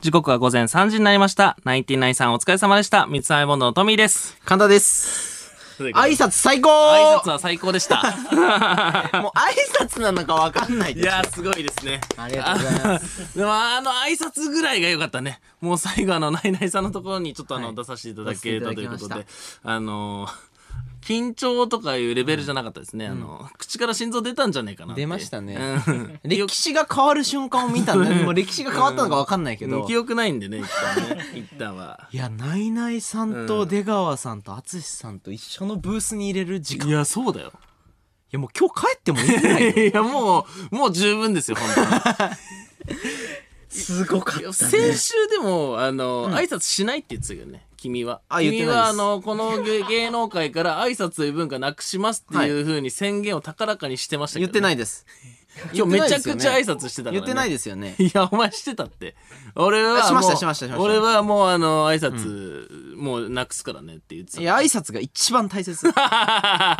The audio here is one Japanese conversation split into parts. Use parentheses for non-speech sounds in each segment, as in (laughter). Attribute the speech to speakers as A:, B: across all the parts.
A: 時刻は午前3時になりました。ナインティナインさんお疲れ様でした。三つアイボンドのトミーです。
B: 神田です。挨拶最高
A: 挨拶は最高でした。
B: もう挨拶なのかわかん (laughs) ない
A: い
B: です。
A: やー、すごいですね。
B: ありがとうございます。
A: でもあの挨拶ぐらいが良かったね。もう最後あのナイナイさんのところにちょっとあの、
B: はい
A: 出させていただけたというこ
B: 出させて
A: と
B: いただ
A: で
B: き、
A: あの緊張とかいうレベルじゃなかったですね。あの口から心臓出たんじゃないかなって。
B: 出ましたね
A: うん
B: 歴史が変わる瞬間を見たんだね。もう歴史が変わったのかわかんないけ
A: もう
B: ど。
A: 記憶ないんでね、一旦ね。一旦は。
B: いや、ナイナイさんと出川さんと淳さんと一緒のブースに入れる時 (laughs) 間。い
A: いや、そうだよ。
B: や、もう今日帰ってもいいぐらいよ。
A: (laughs) いや、もう、もう十分ですよ、本当に。
B: すごかっ
A: 先週でも、あの、挨拶しないって言ってたけどね、君は。
B: あ言ってないです
A: 君は、あの、この芸芸能界から挨拶という文化なくしますっていうふうに宣言を高らかにしてましたけ
B: 言っ
A: どね、
B: てな
A: (laughs)
B: いです。
A: 今日めちゃくちゃ挨
B: 拶
A: 拶してたから、ね。
B: 言ってないですよね。
A: いや、お前してたって。俺はもう、
B: あしましたしましたしました
A: 俺はもう、あの、挨拶、もうなくすからねって言ってた。
B: いや、挨拶が一番
A: (laughs)
B: 大切。挨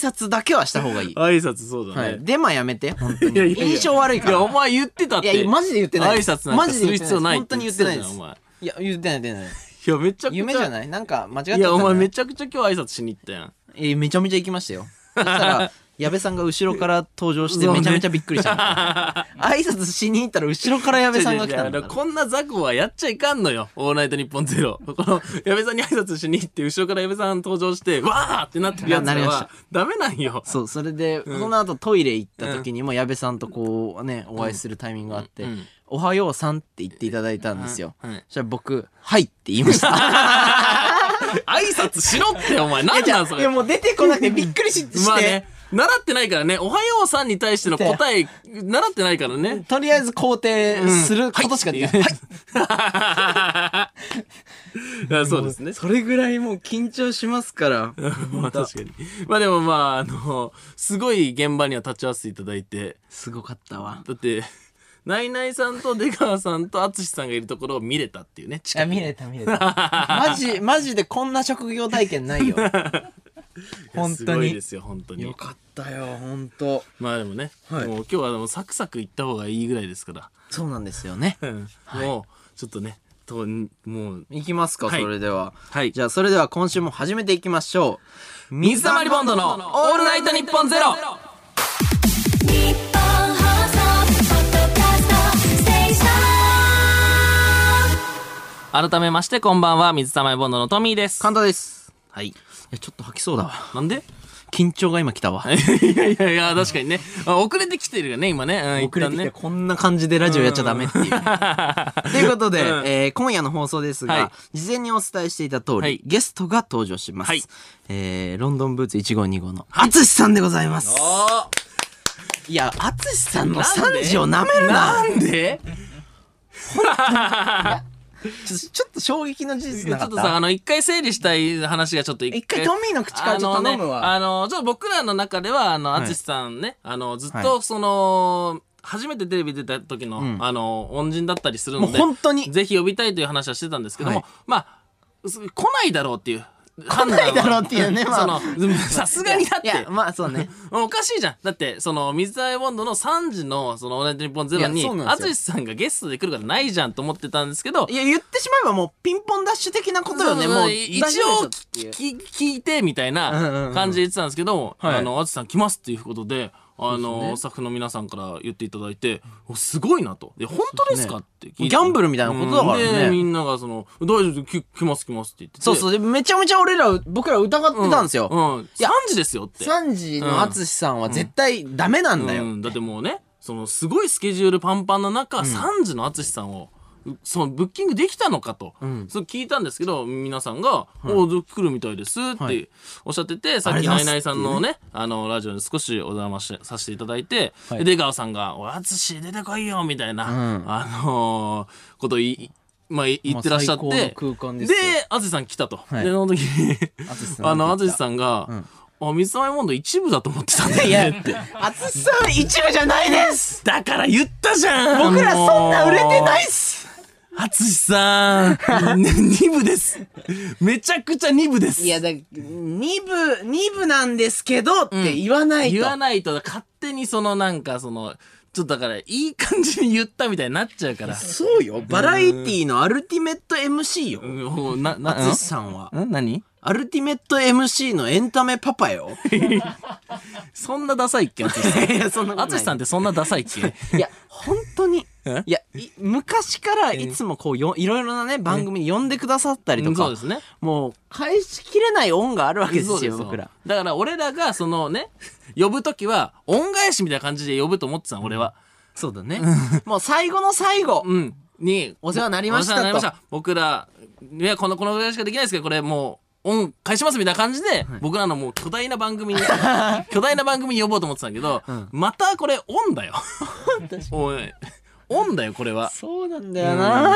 B: 拶だけはした方がいい。
A: 挨拶そうだ
B: は
A: ね。
B: い。デマやめて、本当に。
A: いやいやいや
B: 印象悪いか
A: い
B: ら。
A: や、お前言ってたっ
B: い
A: て。
B: や、マジで言ってない。
A: 挨拶なんか
B: マジ
A: す
B: で
A: る
B: 言って
A: 必要
B: ない
A: ない
B: 本当に言ってないです。
A: お前。
B: いや、言ってない、言っ
A: (laughs)
B: てない。
A: いや、めちゃくちゃ。
B: 夢じゃないなんか間違ってたん
A: い
B: じゃ
A: や、お前
B: な
A: め
B: い
A: ちゃくちゃ今日挨拶しに行ったやん。
B: えーめちゃめちゃ行きまし
A: (laughs)
B: たよ。そしたら、矢部さんが後ろから登場して
A: そうね
B: めちゃめちゃびっくりしたんだ
A: (laughs)
B: よ。挨拶しに行ったら後ろから矢部さんが来たんだ
A: いやいやいや
B: から。
A: こんな雑魚はやっちゃいかんのよ。オールナイトニッポンゼロ。この、矢部さんに挨拶しに行って、後ろから矢部さん登場して、わーってなってるやつ
B: ななり
A: ら
B: ました
A: は、ダメなんよ。
B: そう、それで、その後トイレ行った時にも矢部さんとこうね、お会いするタイミングがあって、
A: うんうん
B: おはようさんって言っていただいたんですよ。
A: はいはい
B: そしたら僕、はいって言い
A: (laughs)
B: ました。
A: 挨拶しろって、お前。なん
B: いや
A: なんそ
B: い
A: れ
B: や。もう出てこなくてびっくりしして、
A: まあね。習ってないからね、おはようさんに対しての答え、習ってないからね。
B: とりあえず肯定することしかできない。はい
A: (laughs) いやそうですね。
B: それぐらいもう緊張しますから。
A: (laughs) まあ確かに。まあでもまあ、あの、すごい現場には立ち会わせていただいて、
B: すごかったわ。
A: だって、ナイナイさんと出川さんと淳さんがいるところを見れたっていうね、近
B: あ、
A: く
B: 見れた見れ (laughs) た。マジ、マジでこんな職業体験ないよ。本
A: す
B: 当
A: ごい
B: に
A: で。すよ本当
B: (laughs) よ
A: に
B: かったよ、本当
A: まあでもね、
B: はい
A: もう今日はでもサクサクいった方がいいぐらいですから、
B: そうなんですよね。
A: もうちょっとねとんもう
B: いきますか、
A: はい
B: それでは。
A: はい
B: じゃあ、それでは今週も始めていきましょう。
A: 水溜りボンドのオールナイトニッポンゼロ
C: 日本放送ポッドキャストステーション
A: 改めましてこんばんは水溜りボンドのトミーです
B: 簡単です。
A: はい
B: いや、ちょっと吐きそうだわ。
A: なんで
B: 緊張が今来たわ。
A: いやいやいや確かにねあ遅れてきてるよね今ね、うん、
B: 遅れてき
A: 一旦
B: て
A: ね
B: こんな感じでラジオやっちゃダメっ
A: (laughs)
B: ていう。ということで、
A: うん
B: えー今夜の放送ですが、
A: はい
B: 事前にお伝えしていた通り、
A: はい
B: ゲストが登場します。
A: はい
B: えーロンドンブーツ1号2号の淳さんでございます。
A: あ
B: いや、淳さんの
A: なんで
B: 3時を舐めるな
A: なんで
B: ちょっとちょっと衝撃の事
A: ち
B: 実
A: ょ
B: な
A: っ
B: かっ
A: と
B: た
A: さ、あの、一回整理したい話がちょっと
B: 一回トミーの口からちょっと頼むわ
A: あのね、あのちょっと僕らの中では、あの、
B: い
A: 淳さんね、あの、ずっ
B: は
A: と、その、初めてテレビ出た時の、あの、恩人だったりするので、
B: もう本当に
A: ぜひ呼びたいという話はしてたんですけども、
B: はい
A: まあ、す来ないだろうっていう。来
B: ないだろうってい
A: (laughs)
B: うねまあ
A: その、さすがにだっ
B: いや、
A: て。
B: まあそうね。
A: おかしいじゃん。だって、その、水溜りボンドの3時の、その、オールナイトニッポンゼロ
B: い
A: に、
B: やそうなんですよ
A: 淳さんがゲストで来るからないじゃんと思ってたんですけど
B: い、や、言ってしまえばもうピンポンダッシュ的なことよね。
A: そうそう
B: もう、
A: 一
B: 大丈夫
A: 応
B: でしょっていう
A: 聞き聞いてみたい
B: うんうんう
A: なん感じで言ってたんですけども、
B: はい
A: あの、あつさん来ますっていうことで、あの、スタッフの皆さんから言っていただいて、おすごいなと。で、本当ですかって聞いて。
B: ギャンブルみたいなことだからね
A: うんで、みんながその、大丈夫、き来ます来ますって言ってて。。
B: そうそうう。でめちゃめちゃ俺ら、僕ら疑ってたんですよ。
A: うん。3
B: いや
A: 時ですよって。
B: 3時の淳さんは絶対ダメなんだよ。
A: うん、だってもうねそのすごいスケジュールパンパンの中、3時の淳さんをうそのブッキングできたのかと、そう聞いたんですけど皆さんが「おお来るみたいです」っ
B: は
A: て
B: い
A: おっしゃってて、さっ
B: あ
A: き
B: り
A: ナ
B: ま
A: イ
B: す
A: ナイさんのねあのラジオに少しお邪魔しさせていただいて、
B: はい
A: で出川さんが「おい淳出てこいよ」みたいな、
B: うん
A: あのーこといいまあ、い言ってらっしゃっ
B: まあ最
A: て、
B: 高の空間です
A: で
B: よ
A: 淳さん来たと、
B: い
A: でその時に
B: 淳さん
A: あの
B: 出
A: 淳
B: てきた
A: さんが「あ水溜りボンド一部だと思ってたんだよ
B: いや
A: ね」って。、
B: 淳さん一部じゃないです
A: だから言ったじゃん
B: 僕らそんな売れてないっ
A: も
B: す
A: う淳さん、2部です。めちゃくちゃ2部です。 (laughs)
B: いや、だ、二部、二部なんですけどって言わないと。
A: 言わないと、勝手にそのなんかその、ちょっとだから、いい感じに言ったみたいになっちゃうから。
B: そうよ。バラエティのアルティメット MC よ
A: う。んもうな、な、
B: 淳さんは。
A: ん何
B: アルティメット MC のエンタメパパよ。
A: そんなダサいっけ淳 (laughs) さん。
B: い (laughs) や、そんなことない。
A: 淳さんってそんなダサいっ (laughs) け
B: いや、本当に
A: え。
B: いや、い昔からいつもこうよ、いろいろなね、番組に呼んでくださったりと
A: そう
B: か
A: で、すね。
B: もう、返しきれない恩があるわけで
A: そう
B: す
A: です
B: よ、
A: よ
B: 僕ら。
A: だから俺らがそのね呼ぶ時は恩返しみたいな感じで呼ぶと思ってたの俺は
B: そうだね。もう最後の最後。
A: うんに
B: お世話になりましたと
A: お世話になりました僕らいやこのこのぐらいしかできないですけどこれもう恩返しますみたいな感じで、僕らのもう巨大な番
B: (laughs)
A: 組に巨大な番組に呼ぼうと思ってたんだけど、またこれ恩だよおい恩だよこれは
B: そうなんだよな。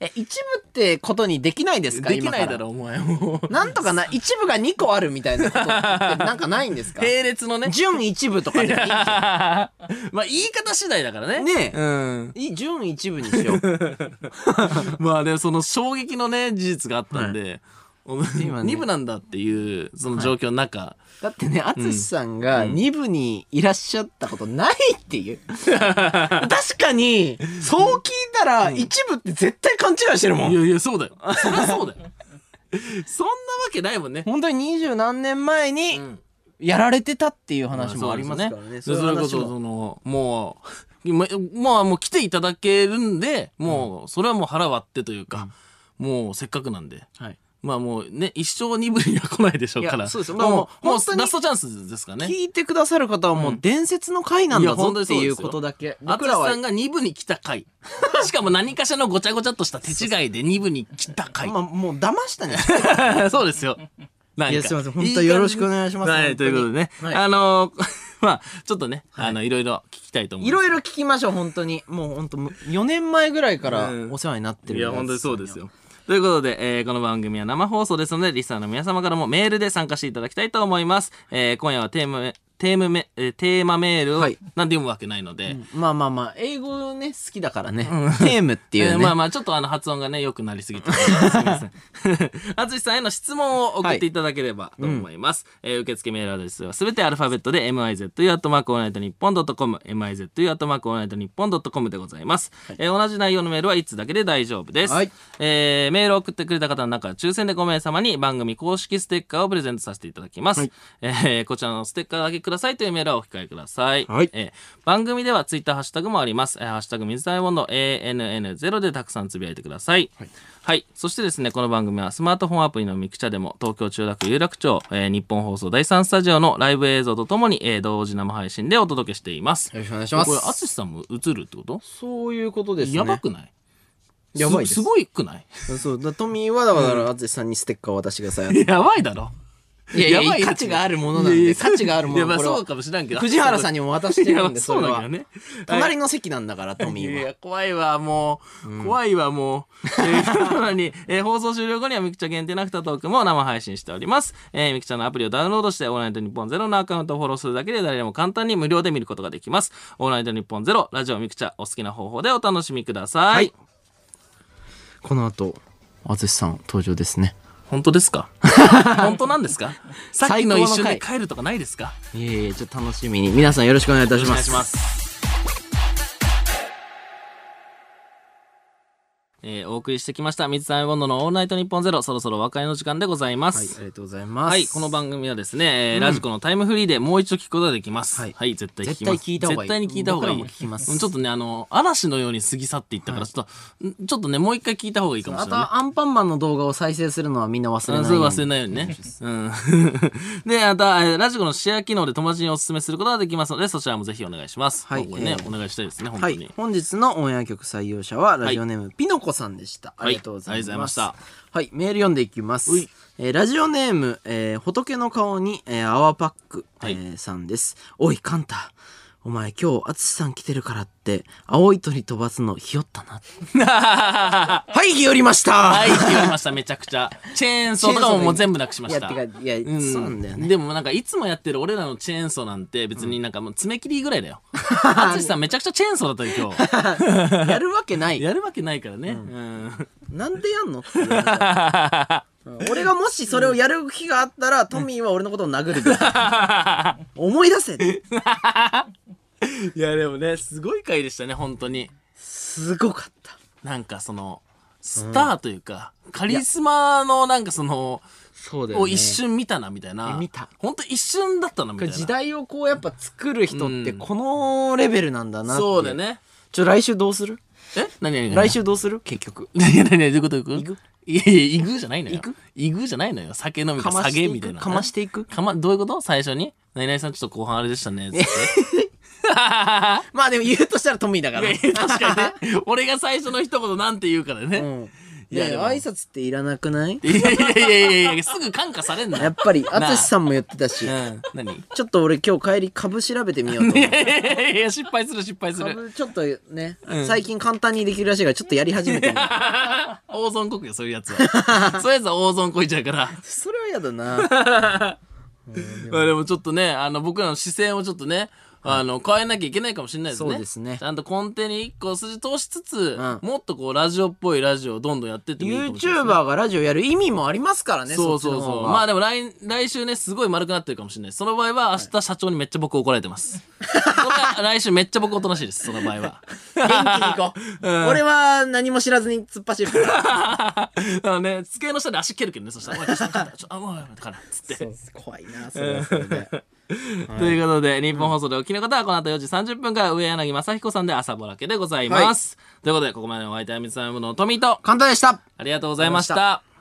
B: え、一部ってことにできないですか
A: できないだ。
B: 今
A: ろお前もう
B: からなんとかな、一部が2個あるみたいなことって (laughs) なんかないんですか
A: 並列のね
B: 準一部とかでもいいじゃ
A: まあ言い方次第だからね
B: ん。ねえ。
A: うん
B: いい準一部にし (laughs) よう。
A: まあでもその衝撃のね事実があったんで、お
B: 今ね
A: 2部なんだっていうその状況の中、
B: だってね、淳さんが2部にいらっしゃったことないっていう。確かに、そう聞いたら、一部って絶対勘違いしてるも
A: い
B: ん。
A: やいやそうだよそりゃそう
B: (laughs)
A: だよそんなわけないもんね
B: 本当に二十何年前に
A: ん、
B: やられてたっていう話もありますから
A: そうで
B: ね。
A: すねそれこそそのもうままあもう来ていただけるんでもうそれはもう腹割ってというか、もうせっかくなんで
B: はい。
A: まあもうね一生2部には来ないでしょうか
B: い
A: ら
B: やそうですよまあ
A: もう
B: もう
A: も
B: 本当
A: う
B: に
A: ラストチャンスですからね
B: 聞いてくださる方はもう伝説の回なん
A: い
B: だ
A: や
B: ぞ
A: 本当に
B: っ
A: そ
B: て
A: うです
B: い
A: よ
B: うことだけ。
A: ア
B: 僕
A: ツ
B: ら
A: さ
B: は
A: ん、が2部に来た
B: (laughs)
A: 回しかも何かしらのごちゃごちゃっとした手違いで2部に来た回
B: まあ、もう騙したね。 (laughs)
A: (laughs) そうですよ。なんか
B: いやすいません本当によろしくお願いします
A: はい、
B: 本
A: と
B: 当に
A: いうことでね。
B: はい
A: あのー (laughs) まあ、ちょっとね、あの、いろいろ聞きたいと思い
B: い
A: ます。
B: ろいろ聞きましょう、本当に。もう本当、4年前ぐらいから
A: うん
B: お世話になってる
A: いや、本当にそうですよ。ということで、えーこの番組は生放送ですので、リスナーの皆様からもメールで参加していただきたいと思います。えー今夜はテーマ、テーマメ、えーテーマメールを、
B: はい
A: なんで読むわけないので、
B: まあまあまあ、英語ね、好きだからね。テームっていう
A: え
B: ね。
A: ー (laughs) まあまあちょっとあの発音がね良くなりすぎてすみません
B: (laughs)
A: 淳さんへの質問を送っていただければと思います、えー受付メールアドレスはすべてアルファベットで mizu.allnightnippon.com mizu.allnightnippon.com でございます、えー同じ内容のメールはいつだけで大丈夫です、
B: はい
A: えーメールを送ってくれた方の中抽選で5名様に番組公式ステッカーをプレゼントさせていただきます、えーこちらのステッカーだけくださいというメールはお控えください、
B: はい
A: えー番組ではツイッターハッシュタグもあります。えーハッシュタグ水溜りボンド ANN0 でたくさんつぶやいてください。はい。そしてですね、この番組はスマートフォンアプリのミクチャでも東京中楽有楽町、えー日本放送第3スタジオのライブ映像とともに、えー同時生配信でお届けしています。
B: よろしくお願いし
A: これ
B: ま、
A: 淳
B: す。
A: さんも映るってこと
B: そういうことですね。
A: やばくない
B: やばいですす。
A: すごいくない (laughs)
B: そう、だトミーはだから、淳さんにステッカーを渡してください。
A: やばいだろ。
B: いやいや
A: ばよ
B: 価値があるものなんで
A: いやいやそう
B: 価値があるもの
A: いや、まあ
B: これは
A: そうかもしらんけど。
B: (laughs) 藤原さん
A: に
B: にも渡し
A: (laughs)
B: てるんで、
A: そ
B: そうれ
A: なんだよ
B: は。
A: ね。
B: 隣の席なんだから、トミ
A: い
B: ーは。
A: や怖いわもう、怖いわもう、えー、そのように、えー放送終了後にはミクチャ限定のアフタートークも生配信しております、えー、ミクチャのアプリをダウンロードしてオールナイトニッポンゼロのアカウントをフォローするだけで誰でも簡単に無料で見ることができますオールナイトニッポンゼロラジオミクチャお好きな方法でお楽しみください、
B: はいこの後、淳さん登場ですね。
A: 本当ですか本当なんですかさっきの一瞬で帰るとかないですか
B: いやいや、ちょっと楽しみに。皆さんよろしくお願いいたし
A: お願
B: ま
A: いし
B: す。
A: ます。えーお送りしてきました水溜りボンドのオールナイトニッポンゼロそろそろお別れの時間でございま
B: はい、あ
A: す。
B: りがとうございます。
A: はい、この番組はですね、えーラジコのタイムフリーでもう一度聞くことができます。は
B: はいい、
A: 絶対聞きます。
B: 絶対聞いた方がい
A: 絶
B: い
A: 対に聞いた方がいい。
B: 僕らも聞きます
A: うんちょっとね、あの嵐のように過ぎ去っていったから、ちょっと、んちょっとね、もう一回聞いた方がいいかもし
B: あ
A: れないね。
B: と、アンパンマンの動画を再生するのはみんな忘れ
A: あ
B: ない
A: そ
B: よ
A: れ
B: うに。
A: 忘れないようにね。うん。 (laughs) で、また、えーラジコのシェア機能で友達にお勧めすることができますので、そちらもぜひお願いします。
B: はい
A: これね、
B: えー
A: お願いしたいですね、本当
B: は
A: に。
B: い、本日のオンエア曲採用者はラジオネーム、ピノコさんでした。ありがとうござ
A: あ
B: います。
A: りがとうございま
B: はい、メール読んでいきます
A: うい。
B: えーラジオネーム、えー仏の顔に、えー、アワーパック、えーさんです。おい、カンタ。お前今日、アツシさん来てるからって、青い鳥飛ばすのひよったな。はい、ひよりました
A: (laughs) は、
B: はい
A: 決まりました、めちゃくちゃ。チェーンソーとかももう全部なくしました。
B: いや、てか、いや、
A: うん
B: そうなんだよね。
A: でもなんかいつもやってる俺らのチェーンソーなんて別になんかもう爪切りぐらい
B: (laughs)
A: だよ。淳さんめちゃくちゃチェーンソーだったよ今
B: やるわけ (laughs) ない
A: 日。。やるわけないからね。うん。
B: なんでやんのって言われたうん俺がもしそれをやる日があ (laughs) ったら、トミーは俺のことを殴るべき。思い出せ。
A: いやでもねすごい回でしたね本当に
B: すごかった。
A: なんかそのスターというか、カリスマのなんかその
B: そうだよね。
A: を一瞬見たなみたいな
B: え見た
A: 本当一瞬だったなみ
B: こ
A: たい
B: れ
A: な
B: 時代をこうやっぱ作る人って
A: うん
B: このレベルなんだなってい
A: そうだ。ね
B: ちょ、来週どうする
A: え何何何
B: 来週どうする結局。
A: 何何何どういうこと行く
B: 行く
A: いやいや行くじゃないのよ
B: 行く
A: 行くじゃないのよ酒飲みか
B: かま
A: 下
B: して
A: げ
B: い
A: みたい
B: く
A: な
B: かましていく
A: かまどういうこと最初に何々さんちょっと後半あれでしたねつって
B: (laughs) まあでも言うとしたらトミーだか
A: い
B: ら。
A: やいや確かにね俺が最初の一言なんて言うからね、
B: うん。
A: い
B: い
A: や
B: や、
A: でも
B: 挨拶っていらなくない
A: いやいやいやいやいや、すぐ感化されんな。
B: やっぱ (laughs) り、
A: なあ
B: 淳さんも言ってたし、
A: うん。
B: (laughs)
A: 何
B: ちょっと俺今日帰り株調べてみようと思って。
A: いやいやいや、失敗する失敗する。
B: 株ちょっとね、
A: うん
B: 最近簡単にできるらしいからちょっとやり始めてみる
A: 大損こくよ、そういうやつは。そういうやつは大損こいちゃうから。
B: (laughs) それはやだな
A: まあでもちょっとね、あの、僕らの視線をちょっとね、あの、変えなきゃいけないかもしれないですね。
B: そうですね
A: ちゃんと根底に一個筋通しつつ
B: ん、
A: もっとこう、ラジオっぽいラジオをどんどんやってってもいいかもしれないですね。
B: YouTuber がラジオやる意味もありますからね
A: そうそうそう。ま
B: ま
A: あ
B: あ
A: でも来、来週ね、すごい丸くなってるかもしれないです。その場合は、明日社長にめっちゃ僕怒られてます。それは来週めっちゃ僕おとなしいです、その場合は。
B: 元気に行こう、俺は何も知らずに突っ走るから
A: あのね、机の下で足蹴るけどね、そしたら、おい、ちょっと待ってちょあ、もう、待ってから、つって。
B: そう怖いなそれはそれで
A: ということで、日本放送でお聞きの方は、この後4時30分から、上柳正彦さんで朝ぼらけでございます。ということで、ここまでのお相手は水溜りボンドの富と、
B: (laughs) 簡単でした
A: ありがとうございまし
B: ありが
A: た。